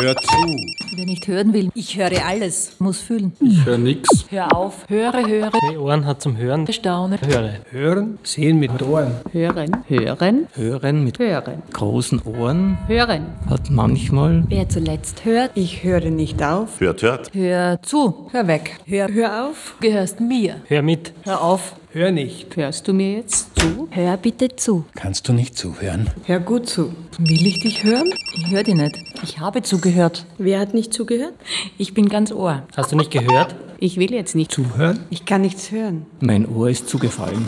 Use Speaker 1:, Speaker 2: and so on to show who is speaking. Speaker 1: Hör zu.
Speaker 2: Wer nicht hören will, ich höre alles, muss fühlen.
Speaker 3: Ich höre nix.
Speaker 2: Hör auf, höre, höre,
Speaker 3: Die Ohren hat zum Hören.
Speaker 2: staune,
Speaker 3: Höre.
Speaker 1: Hören, sehen mit Ohren.
Speaker 4: Hören, hören,
Speaker 3: Hören mit
Speaker 4: hören,
Speaker 3: großen Ohren
Speaker 4: hören.
Speaker 3: hat manchmal
Speaker 2: wer zuletzt hört,
Speaker 5: Ich höre nicht auf.
Speaker 6: Hört, hört.
Speaker 2: hör zu,
Speaker 5: Hör weg. Hör, hör auf.
Speaker 2: gehörst mir.
Speaker 3: Hör mit.
Speaker 2: Hör auf,
Speaker 1: Hör nicht.
Speaker 4: Hörst du mir jetzt zu?
Speaker 2: hör bitte zu.
Speaker 7: Kannst du nicht zuhören?
Speaker 5: Hör gut zu.
Speaker 2: Will ich dich hören? Ich höre dich nicht. Ich habe zugehört.
Speaker 8: Wer hat nicht zugehört?
Speaker 2: Ich bin ganz Ohr.
Speaker 3: Hast du nicht gehört?
Speaker 4: Ich will jetzt nicht zu.
Speaker 5: Ich kann nichts hören.
Speaker 3: Mein Ohr ist zugefallen.